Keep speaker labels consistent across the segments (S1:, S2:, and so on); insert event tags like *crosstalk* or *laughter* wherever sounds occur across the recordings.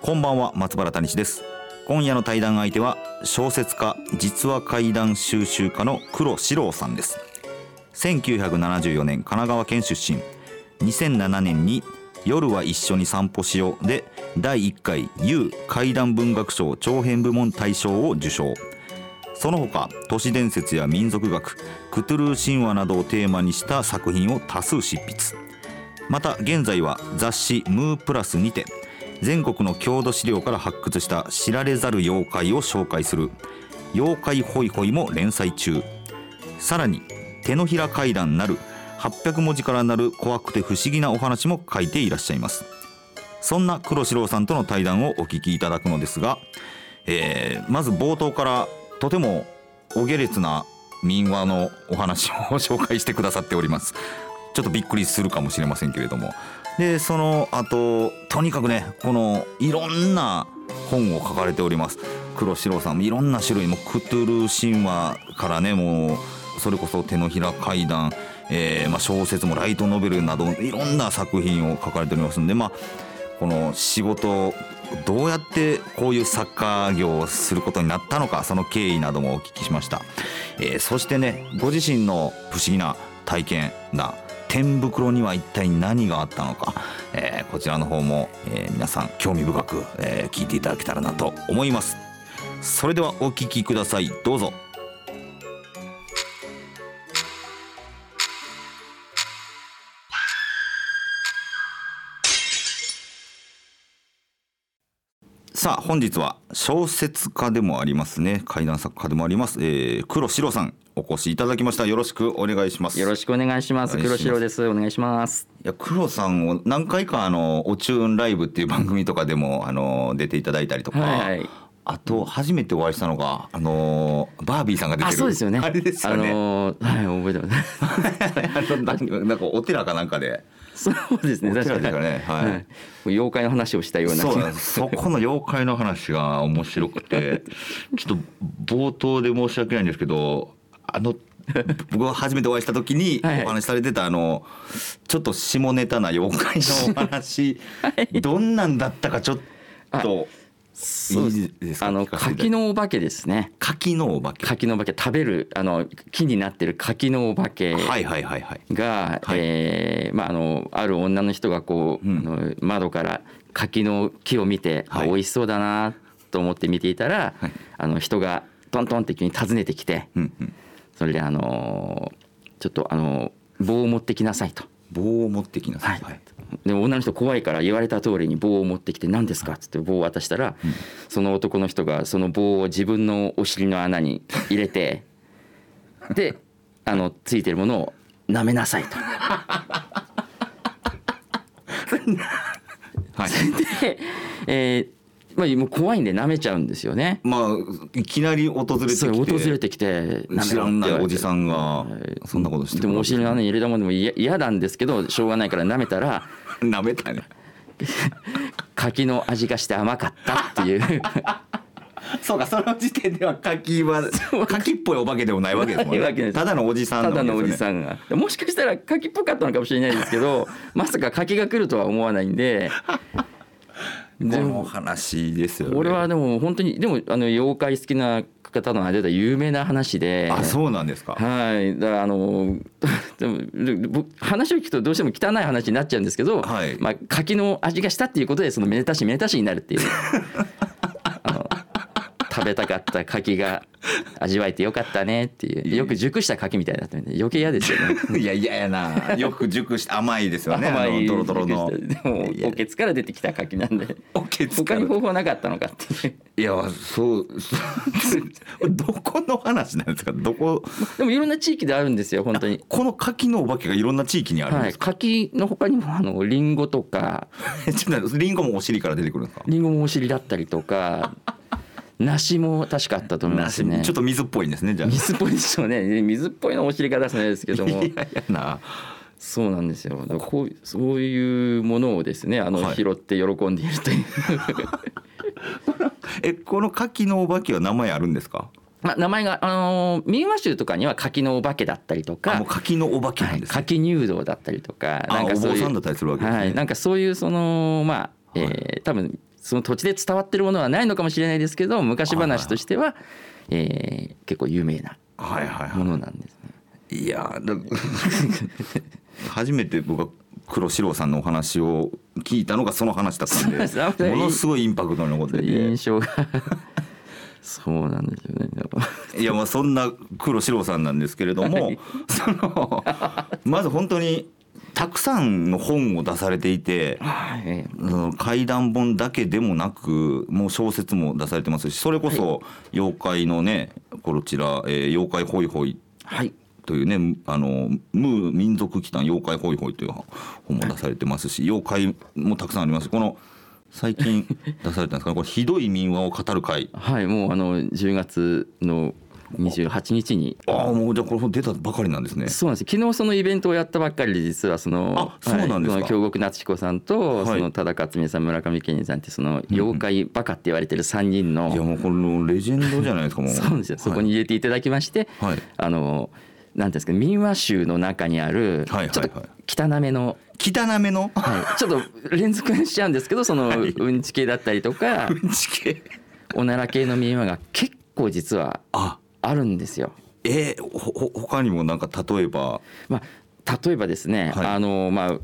S1: こんばんは松原谷志です今夜の対談相手は小説家実話怪談収集家の黒志郎さんです1974年神奈川県出身2007年に夜は一緒に散歩しようで第1回 U 怪談文学賞長編部門大賞を受賞その他都市伝説や民俗学クトゥルー神話などをテーマにした作品を多数執筆また現在は雑誌「ムープラス」にて全国の郷土資料から発掘した知られざる妖怪を紹介する「妖怪ホイホイ」も連載中さらに「手のひら怪談」なる800文字からなる怖くて不思議なお話も書いていらっしゃいますそんな黒四郎さんとの対談をお聞きいただくのですが、えーまず冒頭からとてもお下劣な民話のお話を紹介してくださっておりますちょっとびっくりするかもしれませんけれどもでその後とにかくねこのいろんな本を書かれております黒四郎さんいろんな種類もうクトゥルー神話からねもうそれこそ手のひら怪談、えーまあ、小説もライトノベルなどいろんな作品を書かれておりますんでまあこの仕事どうやってこういうサッカー業をすることになったのかその経緯などもお聞きしました、えーそしてねご自身の不思議な体験な天袋には一体何があったのか、えーこちらの方も、えー皆さん興味深く、えー聞いていただけたらなと思いますそれではお聞きくださいどうぞさあ本日は小説家でもありますね怪談作家でもあります、えー、黒四郎さんお越しいただきましたよろしくお願いします
S2: よろしくお願いしま
S1: お
S2: す。
S1: 願いしま
S2: 黒
S1: す
S2: 白です。お願いします。
S1: いや黒さんを何回かあの「おチューンライブ」っていう番組とかでもあの出ていただいたりとか、
S2: はいはい
S1: あと初めてお会いしたのがあのバービーさんが出て
S2: あ、
S1: る
S2: そうですよね。
S1: あれですよ
S2: あ
S1: ね、
S2: のーはい、覚えてます。
S1: *laughs* あのなんなんかお寺かなんかで *laughs*
S2: そうですね。
S1: お
S2: 確
S1: 寺で
S2: かに。
S1: すよねはい
S2: もう妖怪の話をしたような。
S1: そうなんですそこの妖怪の話が面白く
S2: *laughs*
S1: てちょっと冒頭で申し訳ないんですけどあの僕が初めてお会いした時に
S2: *laughs* はいはい
S1: お話しされてたあのちょっと下ネタな妖怪のお話、どんなんだったかちょっと
S2: そうです
S1: いいですか
S2: あの
S1: 聞かせていただいて
S2: 柿のお化けですね。
S1: 柿のお化け
S2: 柿のお化け食べるあの木になってる柿のお化け。
S1: はいはいはいはい
S2: が、
S1: はい
S2: えーまあ、あのある女の人がこ
S1: う
S2: う、
S1: ん
S2: あの窓から柿の木を見て、
S1: はい
S2: あ美味しそうだなと思って見ていたら、
S1: はい
S2: あの人がトントンって急に訪ねてきて
S1: うんうん
S2: それで、あのーちょっと、あのー棒を持ってきなさいと。
S1: 棒を持ってきなさい、
S2: はいでも女の人怖いから言われた通りに棒を持ってきて「何ですか?」っつって棒を渡したら、その男の人がその棒を自分のお尻の穴に入れ *laughs* てであのついてるものを舐めなさいと。
S1: はい
S2: で、えーまあ、もう怖いんで舐めちゃうんですよね。
S1: まあいきなり訪れてき
S2: そう
S1: て
S2: 訪れてきて
S1: 知らん
S2: 舐めろって言わ
S1: な
S2: れて
S1: おじさんがそんなことして
S2: でもお尻の
S1: な
S2: 穴に入れたもんでも嫌嫌なんですけどしょうがないから舐めたら
S1: 舐めたね
S2: 柿の味がして甘かったっていう
S1: そうかその時点では柿は柿っぽいお化けでもないわけですもん
S2: ないわけで
S1: *laughs* ね
S2: す
S1: ただのおじさん
S2: ただのおじ
S1: ん
S2: さんが、もしかしたら柿っぽかったのかもしれないですけ
S1: *laughs*
S2: どまさか柿が来るとは思わないんで
S1: こ
S2: で
S1: の
S2: も
S1: 話ですよね
S2: 俺はでも本当にでもあの妖怪好きな方の間では有名な話で
S1: あそうなんですか
S2: はい、だからあの *laughs* でもで僕話を聞くとどうしても汚い話になっちゃうんですけど、
S1: はい
S2: まあ柿 *laughs* の味がしたっていうことでそのめでたしめでたしになるっていうあの食べたかった柿が味わえてよかったねっていうよく熟した柿みたいになってるんで余計嫌ですよね
S1: いやいややなよく熟して *laughs* 甘いですよねあのトロトロの
S2: でもおけつから出てきた柿なん
S1: *laughs*
S2: で
S1: おけつか
S2: 他
S1: ら
S2: に方法なかったのかっていう
S1: い
S2: *laughs*
S1: やそうそう *laughs* どこの話なんですかどこ
S2: でもいろんな地域であるんですよ本当に
S1: この柿のお化けがいろんな地域にあるん
S2: は
S1: で
S2: い
S1: すか、
S2: 柿の他にもあのリンゴとか
S1: *laughs* ちょっと待ってリンゴもお尻から出てくるん *laughs* ですか
S2: リンゴもお尻だったりと
S1: *laughs*
S2: か梨も確かあったと思いますね
S1: ちょっと水っぽいんですねじゃあ
S2: 水っぽいでしょうね水っぽいのお尻から出すのは嫌ですけども
S1: *laughs* いやいやな
S2: そうなんですよだからこうそういうものをですねあ
S1: は
S2: の
S1: い
S2: 拾って喜んでいるという、 *laughs*
S1: えこの牡蠣のお化けは名前あるんですか
S2: まあ名前があのー民話集とかには柿のお化けだったりと
S1: あ
S2: か
S1: もう柿のお化けなんですね、
S2: 柿入道だったりとか
S1: あ
S2: なんかそう
S1: お
S2: い
S1: 坊
S2: う
S1: さんだったりするわけですね、
S2: はい、なんかそういうそのまあ、えー多分その土地で伝わってるものはないのかもしれないですけど昔話としては、えー結構有名な
S1: はいはい
S2: も
S1: は
S2: のなんですね。
S1: いいやだ *laughs* 初めて僕は黒四郎さんのお話を聞いたのがその話だったん
S2: *laughs* そうですあんま
S1: で
S2: り
S1: ものすごいインパクトに残ってて
S2: 印
S1: *laughs*
S2: 象がそうなんですよ *laughs* ね。だから
S1: いやまあそんな黒四郎さんなんですけれども、
S2: はい
S1: そのまず本当にたくさんの本を出されていて
S2: はい
S1: その怪談本だけでもなくもう小説も出されてますしそれこそ妖怪のねこちら、えー妖怪ホイホイ」
S2: はい
S1: というねあのムー民族祈祷妖怪ホイホイという本も出されてますし妖怪もたくさんありますこの最近出されたんですかねこれひどい民話を語る会
S2: はいもうあの10月の28日に
S1: ああもうじゃあこれ出たばかりなんですね
S2: そうなんです昨日そのイベントをやったばっかりで実はその
S1: あそうなんですか
S2: はいその京極夏彦さんと、
S1: はい
S2: その多田克美さん村上健二さんってその妖怪バカって言われてる3人の、
S1: いやもうこのレジェンドじゃないですかもう
S2: そうなんですよ、そこに入れていただきまして、
S1: はい、はい
S2: あのなんていうんですか民話集の中にある、
S1: はいはいはい
S2: ちょっと汚めの、 *laughs*
S1: 汚めの
S2: はい、ちょっと連続しちゃうんですけどその、
S1: い
S2: うんち系だったり
S1: *laughs*
S2: とか
S1: うんち系
S2: おなら系の民話が結構実は
S1: あ
S2: あるんですよ。
S1: えー、ほほ他にもなんか例えば
S2: まあ、例えばですね、
S1: はい
S2: あのまあ、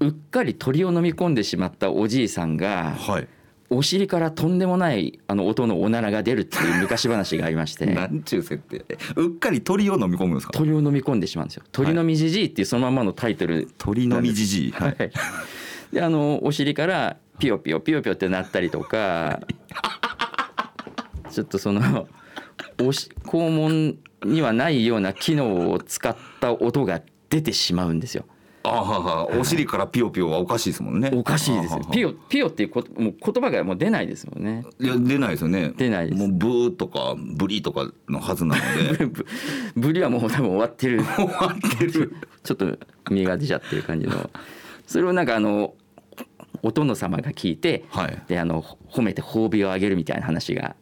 S2: うっかり鳥を飲み込んでしまったおじいさんが
S1: はい
S2: お尻からとんでもないあの音のおならが出るっていう昔話がありまして
S1: *laughs* なんちゅう設定えうっかり鳥を飲み込むんですか
S2: 鳥を飲み込んでしまうんですよ。鳥のみじじいっていうそのままのタイトル
S1: 鳥飲みじじいはい
S2: はい、であのお尻からピヨピヨピヨピヨって鳴ったり
S1: *laughs*
S2: とかちょっとそのおし肛門にはないような機能を使った音が出てしまうんですよ。
S1: あははお尻からピヨピヨはおかしいですもんね
S2: おかしいですよ
S1: あは。は
S2: *laughs* ピヨピヨっていうこともう言葉がもう出ないですもんね。
S1: いや出ないですよね
S2: 出ないです
S1: もうブーとかブリとかのはずなの
S2: *laughs*
S1: で
S2: ブブリはもう多分終わって
S1: *laughs*
S2: る。
S1: 終わってる
S2: *laughs* ちょっと身が出ちゃってる感じの。それをなんかあのお殿様が聞いて、
S1: はい
S2: であの褒めて褒美をあげるみたいな話が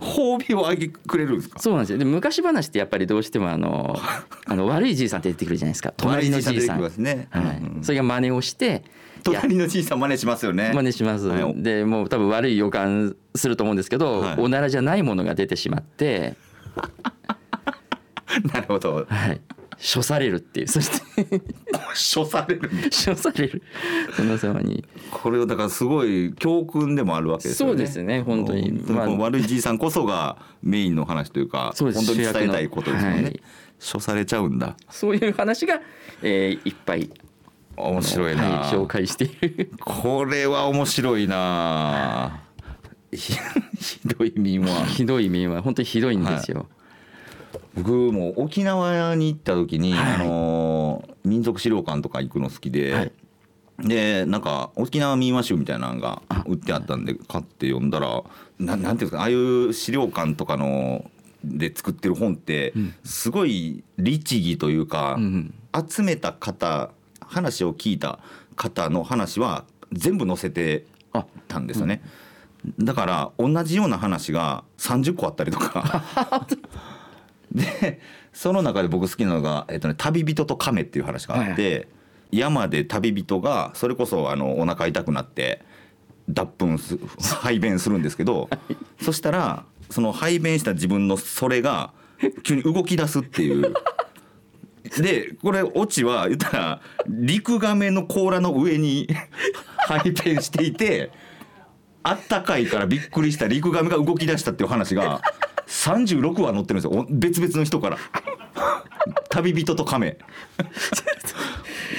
S1: 褒美をあげくれるんですか
S2: そうなんですよで昔話ってやっぱりどうしてもあ
S1: *laughs*
S2: のあの悪いじいさんって出てくるじゃないですか隣のじいさん
S1: 隣のじいさん出てきますね
S2: はい
S1: うんうん
S2: それが真似をしていや
S1: 隣のじいさん真似しますよね
S2: 真似します、
S1: はい
S2: でもう多分悪い予感すると思うんですけど、
S1: はい
S2: おならじゃないものが出てしまって、
S1: なるほど *laughs*
S2: はい、処されるっていうそして *laughs*
S1: 処される
S2: 処される殿様に
S1: これをだからすごい教訓でもあるわけですよね
S2: そうですね本当に
S1: うんそ
S2: まあ
S1: の悪いじいさんこそがメインの話というか
S2: *laughs* そうです
S1: 本当に伝えたいことですよね、
S2: はい
S1: 処されちゃうんだ
S2: そういう話が、えーいっぱい
S1: 面白いな、
S2: はい、紹介している
S1: これは面白いなひひどい民話
S2: ひどい面は本当にひどいんですよ。
S1: 僕も沖縄に行った時に、あのー民族資料館とか行くの好きで、
S2: はい
S1: でなんか沖縄民話集みたいなのが売ってあったんで買って読んだらななんていうんですかああいう資料館とかので作ってる本ってすごい律儀というか、
S2: うん
S1: 集めた方話を聞いた方の話は全部載せて
S2: あ
S1: たんですよね、だから同じような話が30個あったりとか *laughs* でその中で僕好きなのが「えっとね、旅人と亀」っていう話があって、山で旅人がそれこそあのお腹痛くなって脱糞す排便するんですけどそしたらその排便した自分のそれが急に動き出すっていう。でこれオチは言ったら *laughs* リクガメの甲羅の上に排便していてあったかいからびっくりしたリクガメが動き出したっていう話が36話載ってるんですよお別々の人から旅人と亀だ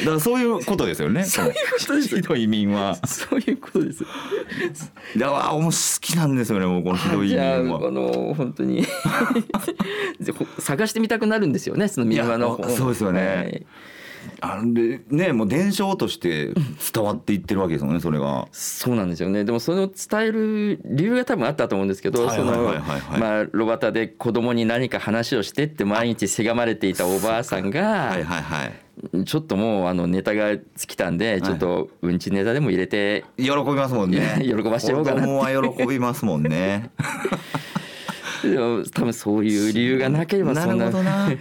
S1: からそういうことですよね
S2: そういうことです
S1: ひどい民は
S2: そういうことです。
S1: いやわあもう好きなんですよねもうこのひどい
S2: じ
S1: 民
S2: ゃああ
S1: は
S2: の本当 *laughs* に探してみたくなるんですよねその民話の
S1: いやそうですよね
S2: はい
S1: あれねもう伝承として伝わっていってるわけですもんねそれが
S2: そうなんですよねでもその伝える理由が多分あったと思うんですけど
S1: はい
S2: そ
S1: はい
S2: の
S1: はいはいはい
S2: まあ炉端で子供に何か話をしてって毎日せがまれていたおばあさんが
S1: はいはいはい
S2: ちょっともうあのネタが尽きたんでちょっとうんちネタでも入れて
S1: 喜びますもんね
S2: いや喜ばしてようかなって
S1: 子供は喜びますもんね
S2: でも多分そういう理由がなければそんな
S1: るほどな *laughs*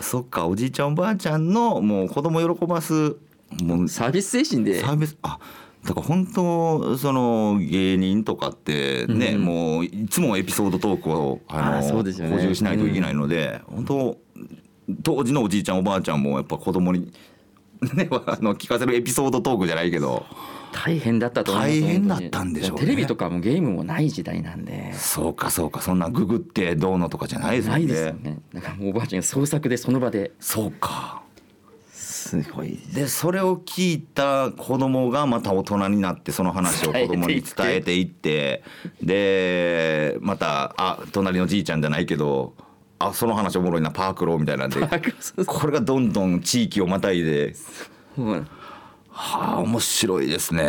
S1: そっかおじいちゃんおばあちゃんのもう子供喜ばすもうサ
S2: サービス精神で
S1: ービスあだから本当その芸人とかってね、
S2: うん
S1: もういつもエピソードトークをあ
S2: あー
S1: の
S2: そうですよね
S1: 補充しないといけないので、本当当時のおじいちゃんおばあちゃんもやっぱ子供に *laughs* ねあの聞かせるエピソードトークじゃないけど
S2: 大変だったと思います
S1: 大変だったんでしょうね
S2: 本当にテレビとかもゲームもない時代なんで
S1: そうかそうかそんなググってどうのとかじゃないですも
S2: なんい
S1: ね。
S2: ですよねなんかもうおばあちゃんが創作でその場で
S1: そうか
S2: すごい
S1: でそれを聞いた子供がまた大人になってその話を子供に伝えていってでまたあ隣のじいちゃんじゃないけどあその話おもろいなパークローみたいなんでこれがどんどん地域をまたいで
S2: 面
S1: はあ面白いですね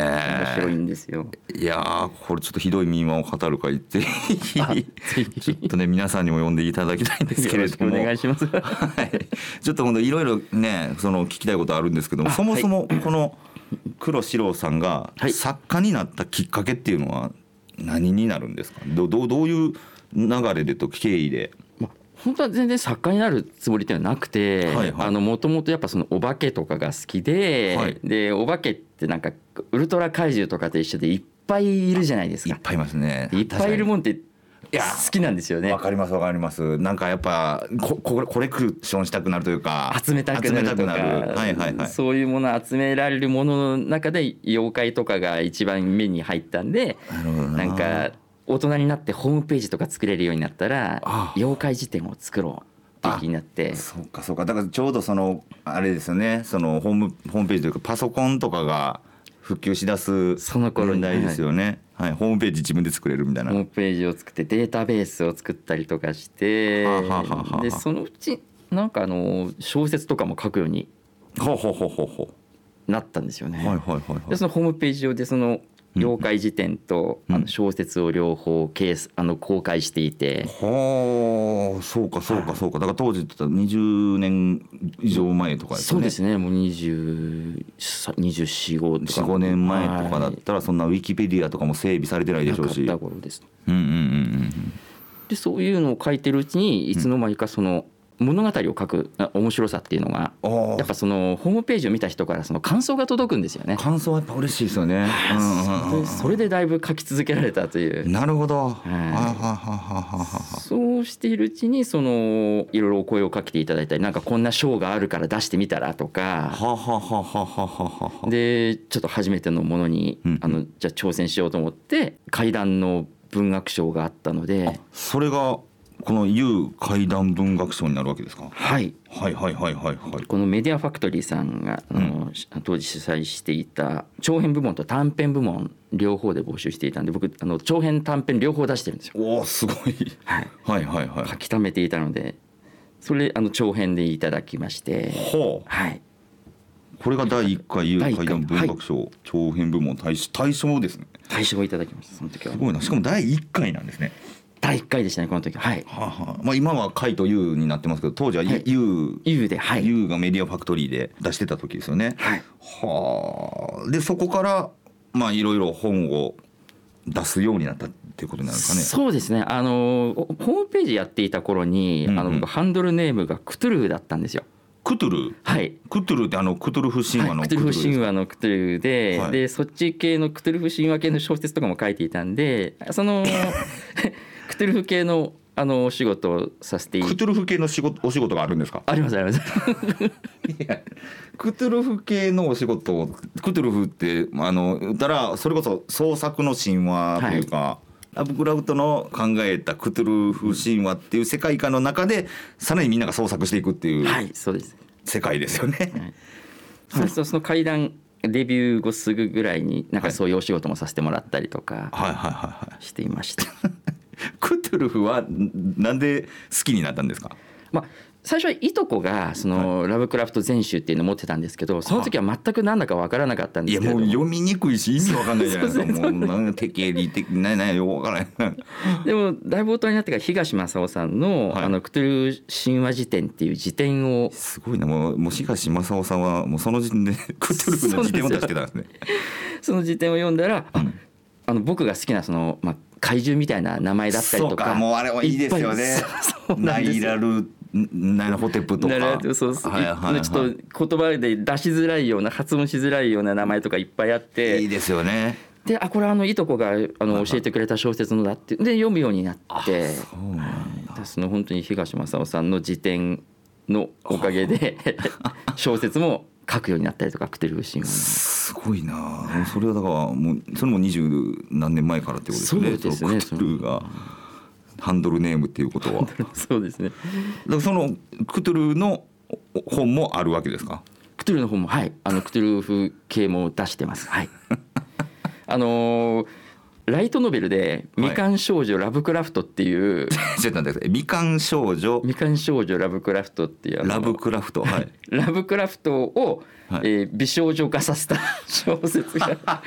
S2: 白いんですよ。
S1: いやーこれちょっとひどい民話を語る会
S2: *laughs*
S1: ぜひちょっとね皆さんにも呼んでいただきたいんですけ
S2: よ
S1: れ
S2: ろしく
S1: ど
S2: お
S1: も
S2: 願いします。
S1: *laughs* はい、ちょっと今度いろいろねその聞きたいことあるんですけどもそもそもこの黒四郎さんが
S2: はい
S1: 作家になったきっかけっていうのは何になるんですかどどうどういう流れでと経緯で
S2: まあ本当は全然作家になるつもりではなくて、
S1: はいはい
S2: あのもともとやっぱそのお化けとかが好きで、
S1: はい
S2: でお化けってなんかウルトラ怪獣とかと一緒でいっぱいいるじゃないです
S1: いっ
S2: か。
S1: ぱいいますね。
S2: いっぱいいるもんって好
S1: や
S2: きなんですよね
S1: わ。かりますわかりますなんかやっぱここれコレクションしたくなるというか
S2: 集めたくなるとか
S1: 集めたくなるはいはいはい
S2: そういうものを集められるものの中で妖怪とかが一番目に入ったんで
S1: なるほどな
S2: なんか大人になってホームページとか作れるようになった
S1: ああ
S2: ら妖怪辞典を作ろうって気になって
S1: そうかそうかだからちょうどそのあれですよねそのホームホームページというかパソコンとかが普及しだす
S2: その頃に
S1: 年代ですよね、はいホームページ自分で作れるみたいな、
S2: ホームページを作ってデータベースを作ったりとかして
S1: はあはあはあはあ
S2: でそのうちなんかあの小説とかも書くように
S1: ほうほうほうほうほ
S2: なったんですよ
S1: う
S2: ね。
S1: はいはいはい
S2: で
S1: はい
S2: そのホームページ上でその妖怪辞典と
S1: うん
S2: あの小説を両方ケースあの公開していて、
S1: はあそうかそうかそうかだから当時って言ったら20年以上前とかですね
S2: そうですねもう20 2425とか
S1: 45年前とかだったらそんなウィキペディアとかも整備されてないでしょうし
S2: なかっ
S1: う
S2: た頃です
S1: んうんうん
S2: でそういうのを書いてるうちにいつの間にかその物語を書くあ面白さっていうのが
S1: うんあ
S2: やっぱそのホームページを見た人からその感想が届くんですよね
S1: あ。感想はやっぱ嬉しいですよね、うんうんうん
S2: でそれでだいぶ書き続けられたという
S1: なるほど。はいはい
S2: い
S1: はいはいは
S2: そうしているうちにそのいろいろお声をかけていただいたりなんかこんな賞があるから出してみたらと
S1: い
S2: か
S1: はははははははは。
S2: でちょっと初めてのものに
S1: うん
S2: あのじゃあ挑戦しようと思って怪談の文学賞があったので
S1: それがこの U 怪談文学賞になるわけですか。
S2: はい
S1: はいはいはいはいはい。
S2: このメディアファクトリーさんがあの当時主催していた長編部門と短編部門両方で募集していたんで僕あの長編短編両方出してるんですよ
S1: おおすごい。
S2: はい
S1: はいはいは
S2: 書き溜めていたのでそれあの長編でいただきまして
S1: い。ほう。
S2: はい
S1: これが第一回 U
S2: 第
S1: 怪
S2: 一回
S1: 談文学賞長編部門大賞大賞ですね。
S2: 大賞をいただきましたその時は
S1: すごいな。しかも第一回なんですね。
S2: 第1回でしたねこの時ははい
S1: はあはあ。まあ今は怪と U になってますけど当時は
S2: はい
S1: U
S2: U ではい
S1: U がメディアファクトリーで出してた時ですよね。
S2: はい
S1: はあでそこからまあいろいろ本を出すようになったっていうことになるんですかね。
S2: そうですねあのホームページやっていた頃に、
S1: うんうん
S2: あの僕ハンドルネームがクトゥルフだったんですよ
S1: クトゥル
S2: はい
S1: クトゥルってあのクトゥルフ神話
S2: はい
S1: の
S2: クトゥルフ神
S1: 話
S2: 話のクトゥルフで,、
S1: はい
S2: でそっち系の
S1: *laughs*
S2: クトゥルフ神話系の小説とかも書いていたんでそのクトゥルフ系のあのお仕事をさせてい
S1: クトゥルフ系の仕事お仕事があるんですか
S2: ありますあります
S1: いやクトゥルフ系のお仕事をクトゥルフってあの言ったらそれこそ創作の神話というか、ラブクラフトの考えたクトゥルフ神話っていう世界観の中でさらにみんなが創作していくっていう
S2: はいそうです
S1: 世界ですよね。
S2: そうそうその階段デビュー後すぐぐらいになんかそういうお仕事もさせてもらったりとか
S1: はい、はい、はいはいはい
S2: していました、 *laughs*
S1: クトゥルフはなんで好きになったんですか
S2: まあ最初はいとこがそのラブクラフト全集っていうのを持ってたんですけどその時は全く何だか分からなかったん
S1: い
S2: です
S1: や
S2: けれ
S1: も
S2: ど
S1: う
S2: も
S1: 読みにくいし意味わかんないじゃないですかもうなんか手形理的ないないよくわからない
S2: でもだいぶ大人になってから東正夫さんの「
S1: はい
S2: あのクトゥルフ神話辞典」っていう辞典を
S1: すごいなもうもう東正夫さんはもうその時
S2: *laughs*
S1: 点でクトゥルフの辞典を出してたんですね
S2: その辞典を読んだら、ああの僕が好きなその、まあ、怪獣みたいな名前だったり
S1: そ
S2: と
S1: う
S2: か
S1: かもうあれはいいですよね
S2: っぱい *laughs* そうそうな
S1: ナ
S2: んです
S1: イラルナイラホテプとか
S2: なるほどそうそう
S1: はいはいはい
S2: ちょっと言葉で出しづらいような発音しづらいような名前とかいっぱいあって
S1: いいですよね
S2: であこれあのいとこがあの教えてくれた小説のだってで読むようになって
S1: そうなんだ
S2: その本当に東正夫さんの辞典のおかげ
S1: *laughs*
S2: で小説も書くようになったりとかクテルフ神話
S1: すごいなもうそれはだからもうそれも二十何年前からってことですよね
S2: そうですね
S1: そのクトゥルフがハンドルネームっていうこと
S2: *laughs*
S1: はだか
S2: のそうですね
S1: らそのクトゥルフの本もあるわけですか
S2: クトゥルフの方もはいあのクトゥルフ系も出してます
S1: *laughs*
S2: はいあのーライトノベルで「
S1: はい
S2: 未完少女ラブクラフト」っていう、
S1: ちょっと待ってください。みかん少女
S2: 未完少女ラブクラフトっていうあの
S1: ラブクラフト。はい。
S2: ラブクラフトを、
S1: はい
S2: えー美少女化させた *laughs* 小説が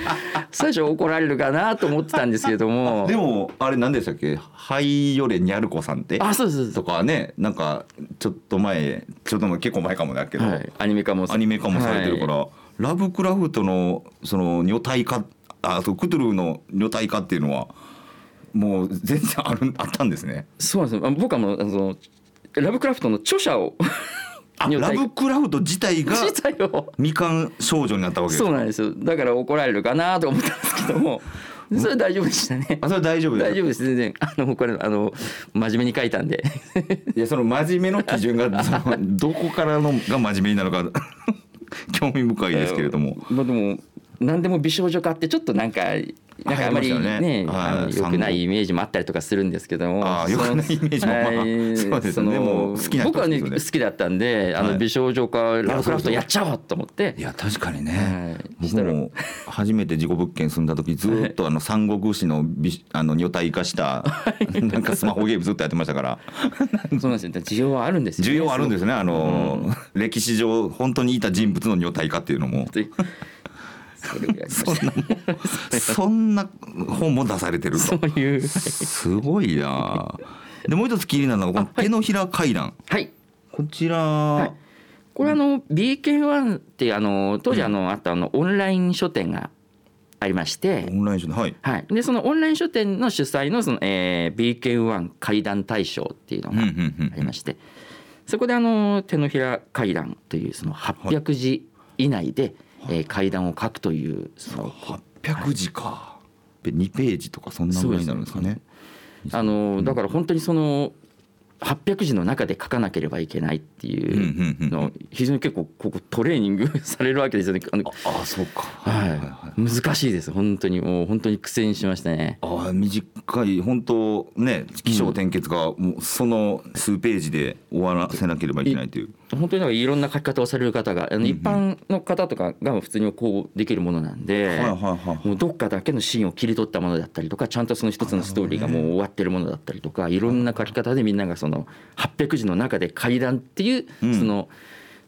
S2: 最初怒られるかなと思ってたんですけども
S1: でもあれ何でしたっけ？ハイヨレニャルコさんって
S2: あそうですそ
S1: と
S2: う
S1: かね、なんかちょっと前、ちょっと前結構前かもだけ
S2: です、
S1: ど、
S2: はい、アニメ化も
S1: アニメ化もされてるから、
S2: は
S1: ラブクラフトのその女体化、あとクトゥルフの女体化っていうのはもう全然あるあったんですね。
S2: いそうなんですよあ僕はもうあのラブクラフトの著者を
S1: あ
S2: 女
S1: ラ
S2: 体化
S1: ブクラフト自体が
S2: 自体を
S1: みかん少女になったわけです
S2: そ。うなんですよだから怒られるかなと思ったんですけどもそれ大丈夫でしたね
S1: あそれ大丈夫です
S2: 大丈夫です全然あのこれあの真面目に書いたんで
S1: いやその真面目の基準がそ
S2: *laughs*
S1: のどこからのが真面目になるか *laughs* 興味深いですけれども。
S2: まあでも何でも美少女化ってちょっとなんかなんかあまり
S1: 流行りましたよね
S2: ね
S1: はい
S2: あの良くないイメージもあったりとかするんですけども
S1: ああ
S2: その
S1: 良くないイメージもまあ
S2: はい
S1: そうですよね
S2: その
S1: もう好きな人
S2: 僕は
S1: で
S2: ね
S1: すよ
S2: 好
S1: ね
S2: きだったんであ
S1: はい
S2: の美少女化ラブクラフ
S1: そうそ
S2: ト
S1: う
S2: やっちゃおうと思って
S1: *laughs* いや確かに
S2: は
S1: ね
S2: い。
S1: 僕
S2: したら
S1: も初めて事故物件住んだ時ずーっ
S2: *laughs*
S1: とあの三国志のびあの女体化したなんかスマホゲームずっとやってました
S2: *laughs*
S1: から
S2: そうなんですよ需要はあるんですよね
S1: 需要あるんですねあの歴史上本当にいた人物の女体化っていうのも
S2: すごく *laughs* それぐらい
S1: そんなもんそんな本も出されてる
S2: そ
S1: と
S2: ういう
S1: すごいな。でもう一つ気になるのがこの手のひら階段。
S2: はい
S1: こちら、
S2: いこれあの BK1 ってあの当時あのあったあのオンライン書店がありまして
S1: オ、ンライン上ではい。
S2: はい、でそのオンライン書店の主催のその、えー、BK1 怪談大賞っていうの
S1: うんうん
S2: があ
S1: う
S2: りまして、そこであの手のひら怪談というその800字以内で、えー怪談を書くというその
S1: ん。八百字か。で二ページとかそんなぐらいになるんですかね。
S2: あのだから本当にその800字の中で書かなければいけないっていう
S1: うんうん
S2: の非常に結構ここトレーニングされるわけですよね。あの
S1: ああそうか。
S2: はい、難しいです本当にもう本当に苦戦しましたね
S1: ああ短い本当ね起承転結がもうその数ページで終わらせなければいけないという。
S2: 本当になんかいろんな書き方をされる方があの一般の方とかが普通にこうできるものなんで、
S1: はい。
S2: もうどっかだけのシーンを切り取ったものだったりとかちゃんとその一つのストーリーがもう終わってるものだったりとかいろんな書き方でみんながその800字の中で怪談っていう
S1: うん
S2: その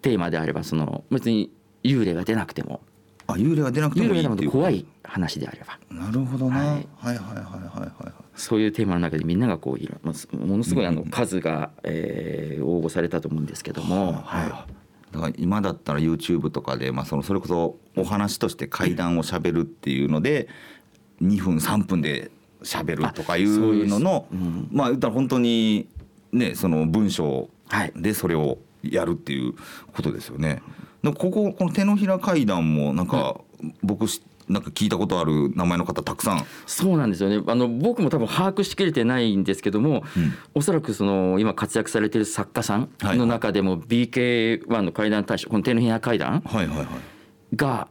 S2: テーマであればその別に幽霊が出なくても
S1: あ幽霊が出なくて
S2: 幽
S1: もい
S2: 霊
S1: い
S2: が
S1: っ
S2: 出なく
S1: て
S2: て
S1: い
S2: も
S1: う。
S2: 怖い話であれば
S1: なるほどな。は
S2: はいい
S1: はいはいはいはいはい。
S2: そういうテーマの中でみんながこういろまあものすごいあの数がえー応募されたと思うんですけども。はい
S1: だから今だったら YouTube とかで、まあ、そのそれこそお話として階段をしゃべるっていうので2分3分でしゃべるとかい
S2: あそう
S1: う
S2: です
S1: のの
S2: うん
S1: まあ言ったら本当にねその文章
S2: はい
S1: でそれをやるっていうことですよね。でもこここの手のひら階段もなんか僕しなんか聞いたことある名前の方たくさん
S2: そうなんですよねあの僕も多分把握しきれてないんですけども、おそらくその今活躍されてる作家さん
S1: はい
S2: の中でも BK1 の怪談大賞この天の部屋怪談
S1: はいはいはい
S2: が、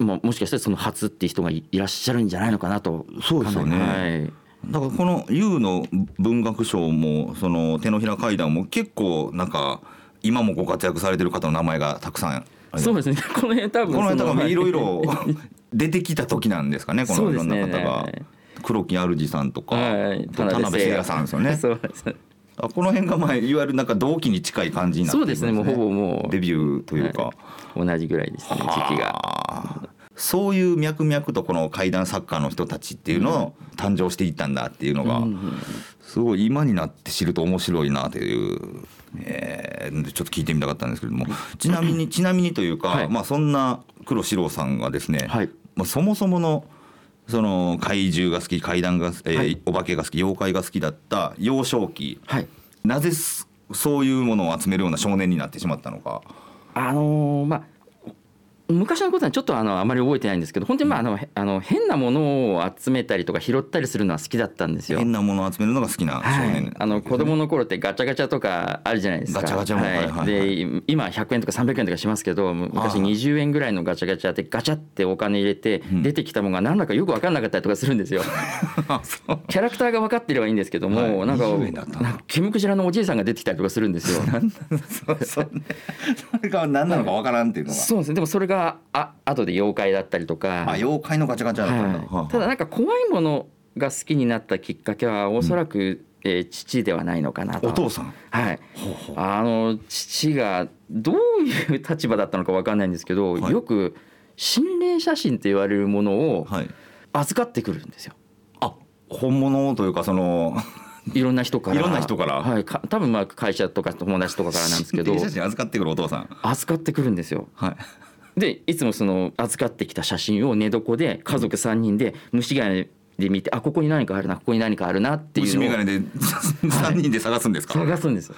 S2: まあ、もしかしたらその初っていう人がいいらっしゃるんじゃないのかなと
S1: そうですよね
S2: かなりはい
S1: だからこの U の文学賞もその手のひら階段も結構なんか今もご活躍されてる方の名前がたくさんあり
S2: そう
S1: ます
S2: ですね *laughs* この辺多分
S1: この辺多分いろい
S2: は *laughs*
S1: ろ出てきた時なんですかねこ
S2: そ
S1: の
S2: う
S1: い
S2: で
S1: ろ
S2: す
S1: んな
S2: ね
S1: 方が、黒木主さんとか、
S2: はい
S1: 田辺誠也さんですよね
S2: そうですね
S1: あこの辺がまあいわゆるなんか同期に近い感じになって
S2: そ
S1: くる
S2: う
S1: ん
S2: ですねもうほぼもう
S1: デビューというか、
S2: はい同じぐらいですね時期が
S1: がそういう脈々とこの怪談作家の人たちっていうのを誕生していったんだっていうのが、すごい今になって知ると面白いなという、えーちょっと聞いてみたかったんですけれど
S2: *laughs*
S1: もちなみにちなみにというか、
S2: はい
S1: まあ、そんな黒四郎さんがですね、
S2: はい
S1: まあ、そもそものその怪獣が好き怪談が、えー
S2: はい
S1: お化けが好き妖怪が好きだった幼少期
S2: はい
S1: なぜすそういうものを集めるような少年になってしまったのか。
S2: あのーまあ昔のことはちょっとあのあまり覚えてないんですけど本当にまああのへあの変なものを集めたりとか拾ったりするのは好きだったんですよ。
S1: 変なものを集めるのが好きな少
S2: は
S1: 年、
S2: い、あの子供の頃ってガチャガチャとかあるじゃないですか
S1: ガチャガチャも
S2: はい
S1: はいはいはい
S2: で今100円とか300円とかしますけどむ昔
S1: あー
S2: 20円ぐらいのガチャガチャってガチャってお金入れて
S1: ん
S2: 出てきたものが何だかよく分かんなかったりとかする
S1: *laughs*
S2: んですよキャラクターが分かってればいいんですけども、
S1: はい
S2: なんか
S1: 20円だったな
S2: なんか毛むくじらのおじいさんが出てきたりとかするんですよ
S1: *laughs* そうそうねそれが何なのかわからんっていうのが、
S2: そうですねでもそれがあ後で妖怪だったりとか
S1: あ妖怪のガチャガチャだったんだ、はあは
S2: は
S1: あ
S2: い、ただなんか怖いものが好きになったきっかけはおそらく、えー父ではないのかなと
S1: お父さん
S2: はいあの父がどういう立場だったのかわかんないんですけど、
S1: はい
S2: よく心霊写真と言われるものを
S1: はい
S2: 預かってくるんですよ
S1: あ本物というかその
S2: いろんな人から
S1: いろんな人から
S2: はい、か多分まあ会社とか友達とかからなんです
S1: *laughs*
S2: けど
S1: 心霊写真預かってくるお父さん
S2: 預かってくるんですよ
S1: はい
S2: でいつもその預かってきた写真を寝床で家族3人で虫眼鏡で見てあここに何かあるなここに何かあるなっていう
S1: 虫
S2: の
S1: 眼
S2: を
S1: 鏡で3人で探すんですか、
S2: 探すんです。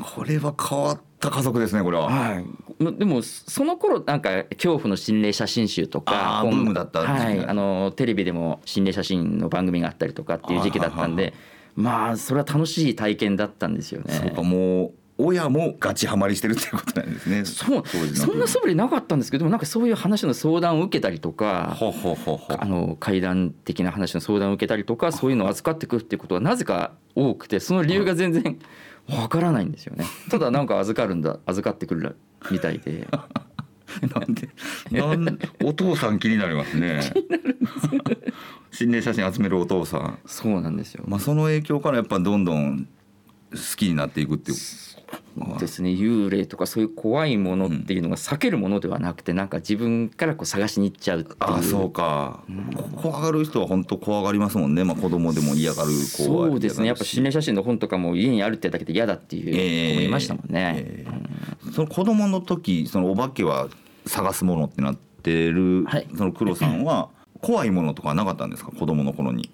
S1: これは変わった家族ですねこれは、
S2: はい、までもその頃なんか恐怖の心霊写真集とか
S1: あー
S2: 本
S1: ブームだった時期
S2: は
S1: だ
S2: い、あのテレビでも心霊写真の番組があったりとかっていう時期だったんでまあそれは楽しい体験だったんですよ
S1: そう
S2: ね
S1: か。もう親もガチハマりしてるっていうことなんですね
S2: そう
S1: 当時の
S2: そんな素振りなかったんですけどでもなんかそういう話の相談を受けたりとか
S1: ほうほうほうほう
S2: あの会談的な話の相談を受けたりとかそういうのを扱ってくるっていうことはなぜか多くてその理由が全然わからないんですよねただなんか預かるんだ預かってくるみた
S1: *laughs*
S2: いで
S1: なんで、なん、お父さん気になります
S2: *laughs*
S1: ね。 *laughs* 心霊写真集めるお父さん、
S2: そうなんですよ
S1: まあ、その影響からやっぱどんどん。好きになっていくっていう。
S2: ですね幽霊とかそういう怖いものっていうのが避けるものではなくてなんか自分からこう探しに行っちゃうっていう
S1: ああ、そうか。怖がる人は本当怖がりますもんね。まあ、子供でも嫌がる子は嫌がるし。
S2: そうですねやっぱ心霊写真の本とかも家にあるってだけで嫌だっていう子もいましたもんね、
S1: えーその子供の時、そのお化けは探すものってなってる。
S2: はい
S1: その黒さん
S2: *laughs*
S1: は。怖いものとかなかったんですか子供の頃に。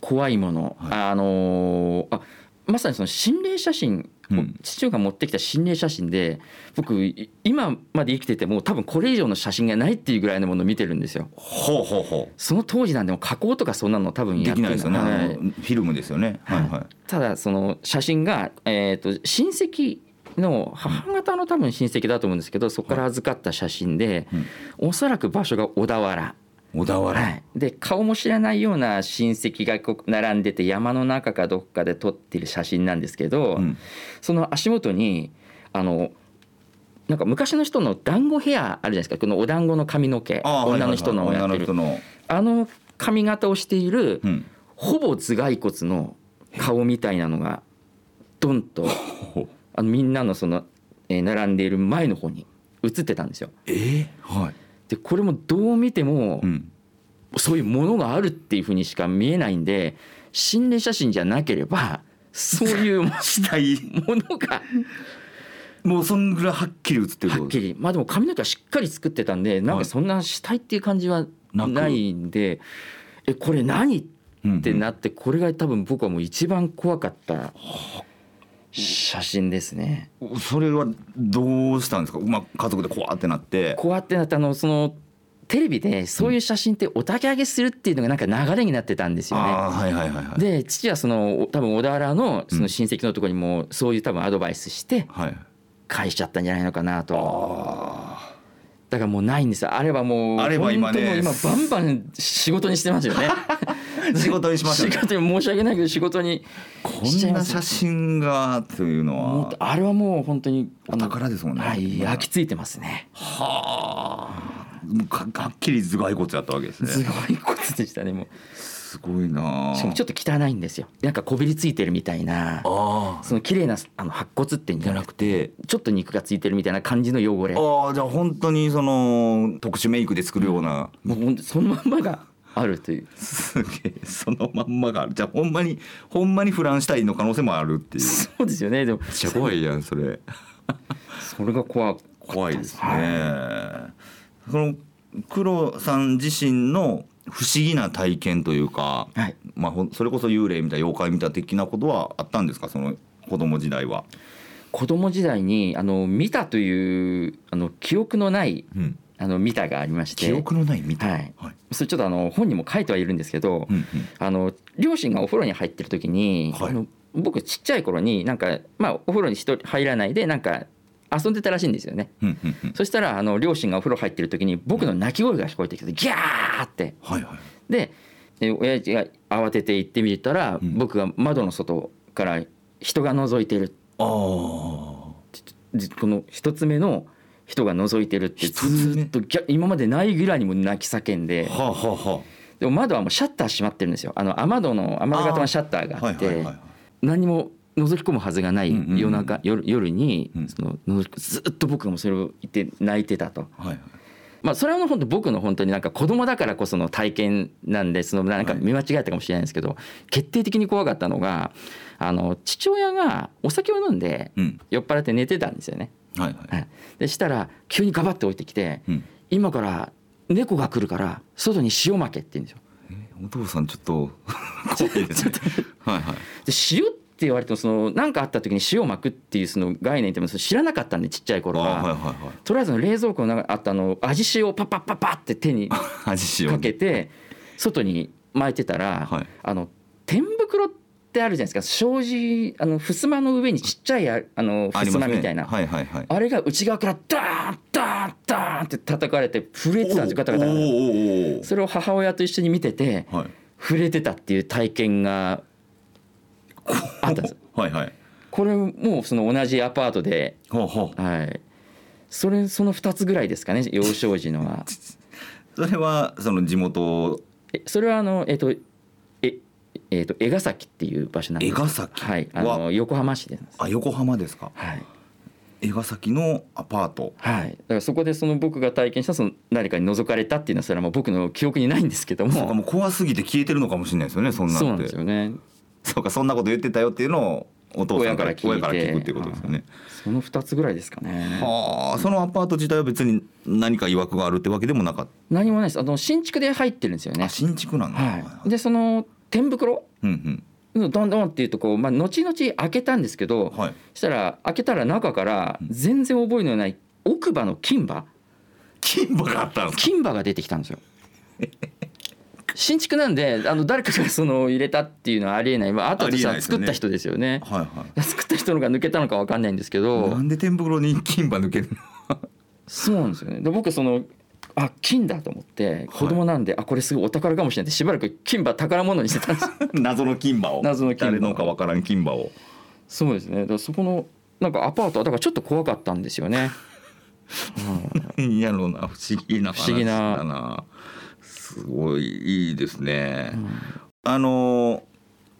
S2: 怖いもの、あのーあまさにその心霊写真、
S1: うん
S2: 父が持ってきた心霊写真で僕い今まで生きてても多分これ以上の写真がないっていうぐらいのものを見てるんですよ
S1: ほうほうほう。
S2: その当時なんでも加工とかそんなの多分
S1: で
S2: やって
S1: きないですよね。あ
S2: は
S1: の
S2: い
S1: フィルムですよね。はいはい。
S2: ただその写真が、えー、と親戚の母方の多分親戚だと思うんですけどそこから預かった写真で、おそらく場所が小田原、
S1: 小田原、
S2: はい、で顔も知らないような親戚がこう並んでて山の中かどっかで撮ってる写真なんですけど、
S1: うん
S2: その足元にあのなんか昔の人の団子ヘアあるじゃないですかこのお団子の髪の毛
S1: あーはいは
S2: 女
S1: いは
S2: の
S1: い
S2: 人のやって
S1: 女の人
S2: る
S1: の
S2: あの髪型をしている、
S1: うん
S2: ほぼ頭蓋骨の顔みたいなのがドン
S1: *laughs*
S2: と
S1: ほ
S2: あのみんなのその、えー並んでいる前の方に映ってたんですよ。
S1: えー、はい、
S2: でこれもどう見ても
S1: うん、
S2: そういうものがあるっていうふうにしか見えないんで心霊写真じゃなければそういうも
S1: 死体
S2: のが
S1: もうそんぐらいはっきり映ってる
S2: はっき
S1: り
S2: り
S1: *laughs*
S2: まあでも髪の毛はしっかり作ってたんでなん
S1: はい
S2: かそんな死体っていう感じは
S1: なく
S2: ないんでえこれ何ってなってこれが多分僕はもう一番怖かった写真ですね。
S1: それはどうしたんですか、まあ、家族で怖ってなって
S2: こうやってなってあのそのテレビでそういう写真ってお焚き上げするっていうのがなんか流れになってたんですよね。
S1: ああはいはいはいはい
S2: で父はそのお多分小田原のその親戚のところにもそういう多分アドバイスして
S1: はい
S2: 返しちゃったんじゃないのかなとだからもうないんですよあればもう
S1: あれば今ね
S2: 本当もう今バンバン仕事にしてます
S1: *laughs*
S2: よね
S1: 仕事にしましたね
S2: 仕事に申し訳ないけど仕事に
S1: こ
S2: *laughs* しちゃ
S1: ん
S2: いま
S1: な
S2: す
S1: 写真がというの
S2: もう
S1: は
S2: あれはもう本当にあ
S1: お
S2: の
S1: 宝ですもんね
S2: はい焼き付いてますね
S1: もうかはっきり頭蓋骨やったわけです
S2: す
S1: ね
S2: ごいことでしたねも
S1: すごいなあ
S2: うしかもちょっと汚いんですよなんかこびりついてるみたいな
S1: ああ
S2: その綺麗なあの白骨っていうんじ
S1: じ
S2: ゃ
S1: ゃ
S2: な
S1: な
S2: く
S1: く
S2: て
S1: て
S2: ちょっと肉がついてるみたいな感じの汚れ
S1: ああじゃあ本当にその特殊メイクで作るような
S2: もうほんとそのまんまがあるという
S1: すげえそのまんまがあるじゃあほんまにほんまにフランシュタインの可能性もあるっていうめっ
S2: そうですよねでも
S1: ちゃ怖いやんそれ
S2: それが怖く
S1: 怖いですね、その黒さん自身の不思議な体験というか、
S2: はい
S1: まあ、ほんそれこそ幽霊みたいな妖怪みたいな的なことはあったんですかその子供時代は、
S2: 子供時代にあの見たというあの記憶のない
S1: うん、
S2: あの見たがありまして
S1: 記憶のないみたい
S2: はい
S1: はい
S2: それちょっとあの本にも書いてはいるんですけど、
S1: うん
S2: あの両親がお風呂に入ってる時に、
S1: はい
S2: あの僕ちっちゃい頃になんか、まあ、お風呂に一人入らないでなんか遊んでたらしいんですよね。
S1: うんうんうんうん
S2: そしたらあの両親がお風呂入ってる時に僕の泣き声が聞こえてきてギャーって
S1: はいはい
S2: でで親父が慌てて行ってみたら、
S1: うん
S2: 僕が窓の外から人が覗いてる
S1: ああ
S2: でこの一つ目の人が覗いてるって
S1: 一つ目
S2: ずっとギャ今までないぐらいにも泣き叫んで
S1: はあはあは
S2: でも窓はもうシャッター閉まってるんですよあの雨戸の雨戸型のシャッター
S1: あ
S2: があ
S1: はい
S2: っ
S1: はいはい
S2: て
S1: はい
S2: 何も覗き込むはずがない
S1: うんうんうん
S2: 夜中夜夜に
S1: うん
S2: その覗きずっと僕もそれを言って泣いてたと。
S1: はいはい
S2: まあ、それは本当僕の本当になんか子供だからこその体験なんでそのなんか見間違えたかもしれないんですけど、決定的に怖かったのがあの父親がお酒を飲んで
S1: うん
S2: 酔っ払って寝てたんですよね。
S1: はいは
S2: はいい、でしたら急にガバッて置いてきて
S1: うん
S2: 「今から猫が来るから外に塩まけ」って言うんですよ。
S1: お父さんちょっ
S2: *laughs*
S1: と怖いですねはいはい
S2: で塩って言われてもその何かあった時に塩をまくっていうその概念ってもそれ知らなかったんでちっちゃい
S1: あ
S2: 頃
S1: はいはい
S2: は。
S1: はい
S2: とりあえずの冷蔵庫の中にあったあの味塩をパッパッパッパッって手に
S1: 味塩
S2: かけて外に巻いてたら、
S1: はい
S2: あの天袋ってあるじゃないですか障子あの襖の上にちっちゃいああの
S1: あります
S2: 襖
S1: ね
S2: みたいなあ,、
S1: はいはいはい
S2: れが内側からダーンダーンダーンって叩かれて震えてたんですよガタガタ
S1: おーお
S2: ガ
S1: ーおー
S2: タそれを母親と一緒に見てて
S1: はい
S2: 震えてたっていう体験があったんですよ
S1: はいはい
S2: これもうその同じアパートで
S1: ほうほう
S2: はいそれその2つぐらいですかね幼少時の
S1: *laughs*
S2: は
S1: それはその地元
S2: えそれはあのえっ、とええっ、と江ヶ崎っていう場所なんです
S1: 江
S2: けど
S1: ヶ崎
S2: はい、あの横浜市でなんです。
S1: あ横浜ですか
S2: はい、
S1: 江ヶ崎のアパート
S2: はい、だからそこでその僕が体験したその誰かに覗かれたっていうのはそれはもう僕の記憶にないんですけど
S1: そうかも
S2: も。
S1: う怖すぎて消えてるのかもしれないですよねそんな
S2: そうなんん
S1: て
S2: ですよね。
S1: そうかそんなこと言ってたよっていうのをお父さんから
S2: 親から聞いて
S1: 親から聞くっていうことですよね
S2: その二つぐらいですかね。
S1: はあそのアパート自体は別に何か曰くがあるってわけでもなかっ
S2: 何もないです。あの新築で入ってるんですよ
S1: たあ
S2: ね。
S1: 新築なんだ
S2: はい。でその天袋
S1: うん
S2: のどんどんっていうとこうまあ後々開けたんですけど、
S1: うんはい
S2: そしたら開けたら中から全然覚えのない奥歯の金歯
S1: 金馬があったんですか
S2: 金歯が出てきたんで
S1: *laughs*
S2: すよ。新築なんであの誰かがそ *laughs* の入れたっていうのはありえない、まあ後で
S1: ありえないで
S2: さ
S1: すよ
S2: 作っ
S1: ね
S2: た人ですよね。 *laughs*
S1: はいはい
S2: 作った人のが抜けたのかわかんないんですけ
S1: な
S2: ど
S1: んで天袋に金馬抜けるの
S2: そうなんですよねで僕そのあ金だと思って子供なんで、あこれすごいお宝かもしれないってしばらく金歯宝物にしてたんです
S1: *laughs* 謎の金馬を
S2: 謎の金馬
S1: 誰のかわからん金馬を
S2: そうですねだからそこのなんかアパートはだからちょっと怖かったんです
S1: *laughs*
S2: よね、うん
S1: いやろうな不思議な
S2: 不思
S1: 話
S2: 議
S1: だなすごいいいですね、あの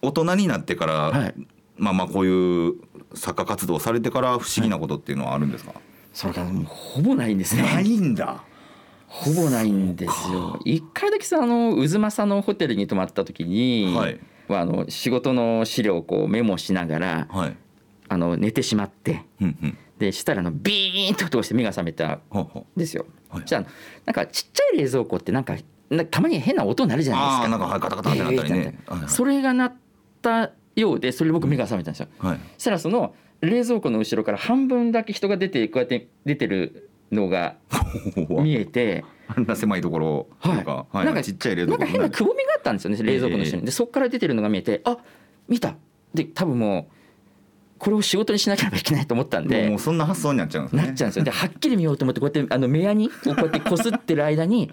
S1: 大人になってから、
S2: はい
S1: まあまあこういう作家活動されてから不思議なことっていうのはあるんですか、
S2: それがもうほぼないんですね
S1: いんだ
S2: ほぼないんですよ一回だけさあの渦政のホテルに泊まった時に、
S1: はい
S2: まあ、あの仕事の資料をこうメモしながら
S1: はい
S2: あの寝てしまって
S1: うんうん
S2: でしたらあのビーンと音がして目が覚めた
S1: ほうほ
S2: ですよ。
S1: はい
S2: じゃあなんかちっちゃい冷蔵庫ってなんかなんかたまに変な音鳴るじ
S1: う
S2: ゃないです
S1: あ
S2: か。
S1: あなんかはいガタガタってなったり
S2: えーって
S1: ね
S2: な、った
S1: はいはい
S2: それが鳴ったようでそれで僕目が覚めたんですよ。
S1: はい
S2: そしたらその冷蔵庫の後ろから半分だけ人が出てこうやって出てるのが
S1: 怖っ
S2: 見えて、
S1: あんな狭いところを
S2: はい
S1: なんか,、はい、
S2: なんか
S1: ちっちゃい冷
S2: な
S1: 蔵庫
S2: んか変なくぼみがあったんですよね冷蔵庫の下
S1: え
S2: に。でそこから出てるのが見えてあ見たで多分もうこれを仕事にしなければいけないと思ったん
S1: もうも
S2: で
S1: う。そんな発想になっちゃうんですね
S2: なっちゃうんですよではっきり見ようと思ってこうやってあの目やにこうやってこすってる間
S1: *laughs*
S2: に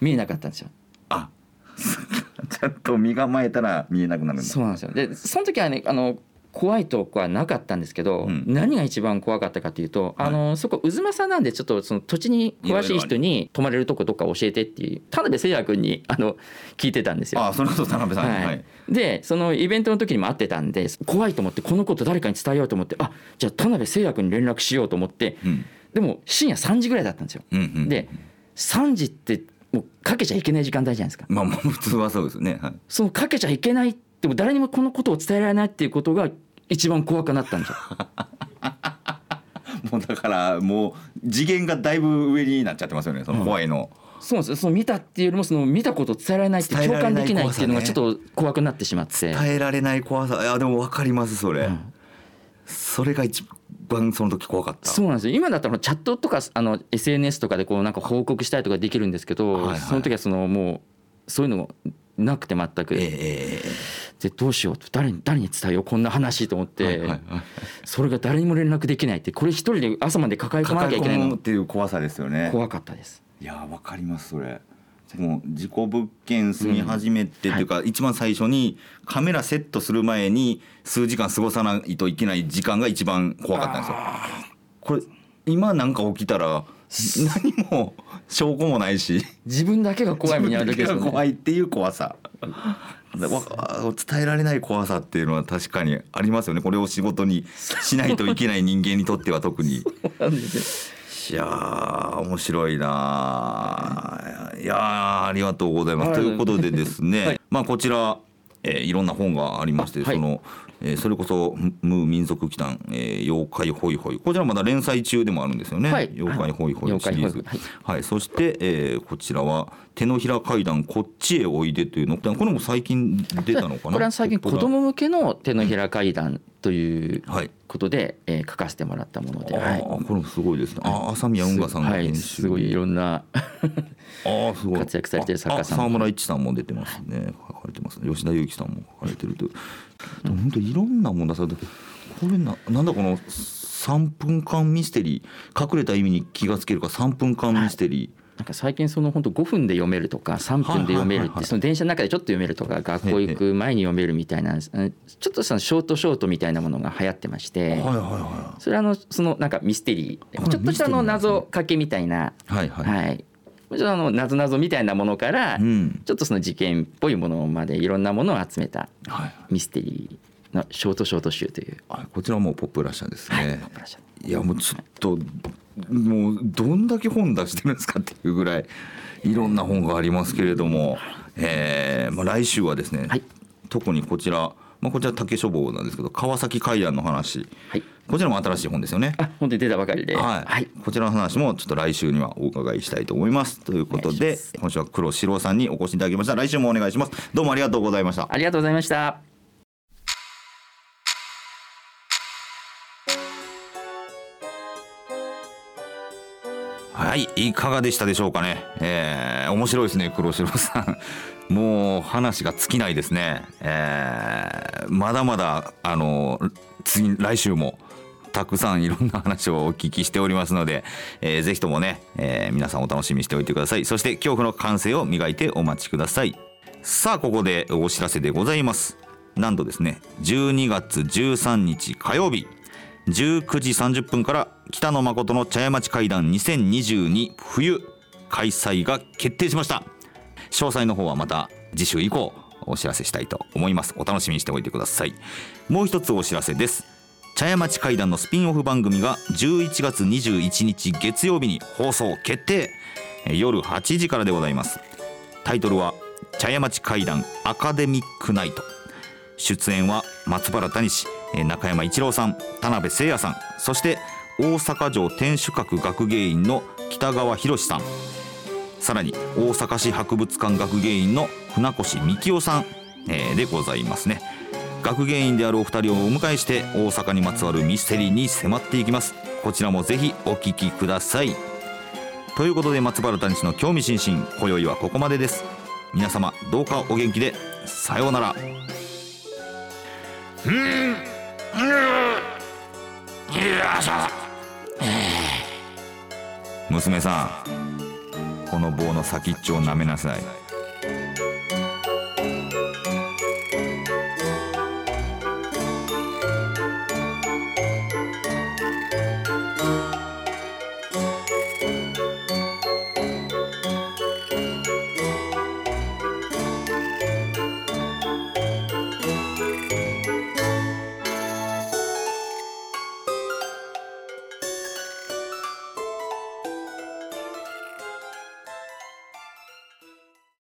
S2: 見えなかったんですよ。
S1: あ *laughs* ちゃんと身構えたら見えなくなるんだ
S2: そうなんですよでその時はねあの怖いとこはなかったんですけど、
S1: うん
S2: 何が一番怖かったかというと、
S1: はい
S2: あのそこ渦政なんでちょっとその土地に詳しい人に泊まれるとこどっか教えてっていう田辺誠也君にあの聞いてたんですよ。
S1: あそれこそ田辺さん
S2: はい
S1: はい
S2: でそのイベントの時にも会ってたんで怖いと思ってこのこと誰かに伝えようと思ってあじゃあ田辺誠也君に連絡しようと思って
S1: うん
S2: でも深夜3時ぐらいだったんですよ。
S1: うんうん
S2: で3時ってもうかけちゃいけない時間帯じゃないですか。
S1: まあまあ普通はそうですよね
S2: *laughs*
S1: はい
S2: そのかけちゃいけないでも誰にもこのことを伝えられないっていうことが一番怖くなったんです *laughs* よ。
S1: もうだからもう次元がだいぶ上になっちゃってますよねその怖いの、
S2: そうなんですよその見たっていうよりもその見たことを伝えられないって
S1: 伝えら
S2: 共
S1: れない
S2: 感できないっていうのが
S1: 怖
S2: ちょ
S1: さ
S2: っと怖くなってしまって、
S1: 耐えられない怖さいやでも分かりますそれ、
S2: ん
S1: それが一番その時怖かった
S2: そうなんですよ今だったらチャットとかあの SNS とかでこうなんか報告したりとかできるんですけど、
S1: はいはい
S2: その時はそのもうそういうのもなくて全く、
S1: ええええ
S2: でどうしようと誰に誰に伝えようこんな話と思って、
S1: ええはいはいはい
S2: それが誰にも連絡できないってこれ一人で朝まで抱え込まな
S1: 抱
S2: きゃ
S1: え
S2: いけない
S1: 込むっ
S2: の
S1: ていう怖さですよね
S2: 怖かったです。
S1: いやーわかりますそれもう自己物件住み始めてっていうか、一番最初にカメラセットする前に数時間過ごさないといけない時間が一番怖かったんですよこれ今なんか起きたら何も *laughs* 証拠もないし
S2: 自分だけが怖い目にあるだけですよね
S1: 怖いっていう怖さだわ伝えられない怖さっていうのは確かにありますよねこれを仕事にしないといけない人間にとっては特に。
S2: なんですよ
S1: いやー面白いなーいやーありがとうございます。
S2: はい
S1: ということでですね、
S2: はい
S1: まあこちら、えーいろんな本がありまして、
S2: はい
S1: その、えーそれこそ「ムー民族祈談、えー妖怪ホイホイ」こちらまだ連載中でもあるんですよね「
S2: はい
S1: 妖怪ホイホイ」シ
S2: 妖怪
S1: リ
S2: ホ
S1: ー
S2: イ
S1: ズ
S2: ホイ。
S1: は
S2: はい
S1: い、そして、えーこちらは「手のひら階段こっちへおいで」というのこれも最近出たのかな
S2: *laughs* これは最近子
S1: ここが
S2: 供向けの手のひら階段という
S1: はい
S2: ことで、えー書かせてもらったもので、
S1: あ
S2: はい
S1: ーこれもすごいですね。あー浅宮運河さんが
S2: はい、
S1: 編集
S2: すごいいろん
S1: あ
S2: な
S1: あすごい
S2: 活躍されてる作家さん
S1: あ
S2: も
S1: あ沢村一さんも出てますね書かれてますね吉田裕樹さんも書かれてるというでも本当いろんなもん出されてこれななんだこの3分間ミステリー隠れた意味に気がつけるか3分間ミステリ
S2: なんか最近その本当5分で読めるとか3分で読
S1: はいは
S2: める
S1: い
S2: っ
S1: はいはい
S2: てその電車の中でちょっと読めるとか学校行く前に読めるみたいなあのちょっとしたショートショートみたいなものが流行ってまし
S1: ー、
S2: て
S1: はいはいは
S2: それはあのそのなんかミステリ
S1: こ
S2: ー
S1: れ
S2: ちょっとしたあの
S1: ミステリーなんですね
S2: 謎かけみたいな、
S1: いはいはい、
S2: はい、ちょっとあの謎謎みたいなものから
S1: うん
S2: ちょっとその事件っぽいものまでいろんなものを集めた
S1: はい
S2: ミステリーのショートショート集という、
S1: はい、こちらもポップラッシャーですね、
S2: ポップラッシャー
S1: いやもうちょっともうどんだけ本出してるんですかっていうぐらいいろんな本がありますけれども、えーまあ、来週はですね、
S2: はい
S1: 特にこちら、まあ、こちら竹書房なんですけど川崎階段の話
S2: はい、
S1: こちらも新しい本ですよね。
S2: あ本当に出たばかりで、
S1: はい、
S2: はい、
S1: こちらの話もちょっと来週にはお伺いしたいと思います。ということ
S2: お願
S1: で
S2: いし
S1: 今週は黒四郎さんにお越しいただきました来週もお願いします。どうもありがとうございました。
S2: ありがとうございました。
S1: はい、いかがでしたでしょうかね。えー、面白いですね、黒白さん。 *laughs* もう話が尽きないですね。えー、まだまだ、あの、次、来週も。たくさんいろんな話をお聞きしておりますので、えー、ぜひともね、えー皆さんお楽しみにしておいてください。そして恐怖の感性を磨いてお待ちください。さあここでお知らせでございますなんとですね12月13日火曜日19時30分から北野誠の茶屋町会談2022冬開催が決定しました詳細の方はまた次週以降お知らせしたいと思いますお楽しみにしておいてくださいもう一つお知らせです茶屋町会談のスピンオフ番組が11月21日月曜日に放送決定えー夜8時からでございますタイトルは「茶屋町会談アカデミックナイト」出演は松原谷氏えー中山一郎さん田辺誠也さんそして大阪城天守閣学芸員の北川博さんさらに大阪市博物館学芸員の船越幹夫さんえーでございますね学芸員であるお二人をお迎えして大阪にまつわるミステリーに迫っていきますこちらもぜひお聞きくださいということで松原谷氏の興味津々今宵はここまでです皆様どうかお元気でさようなら娘さんこの棒の先っちょを舐めなさい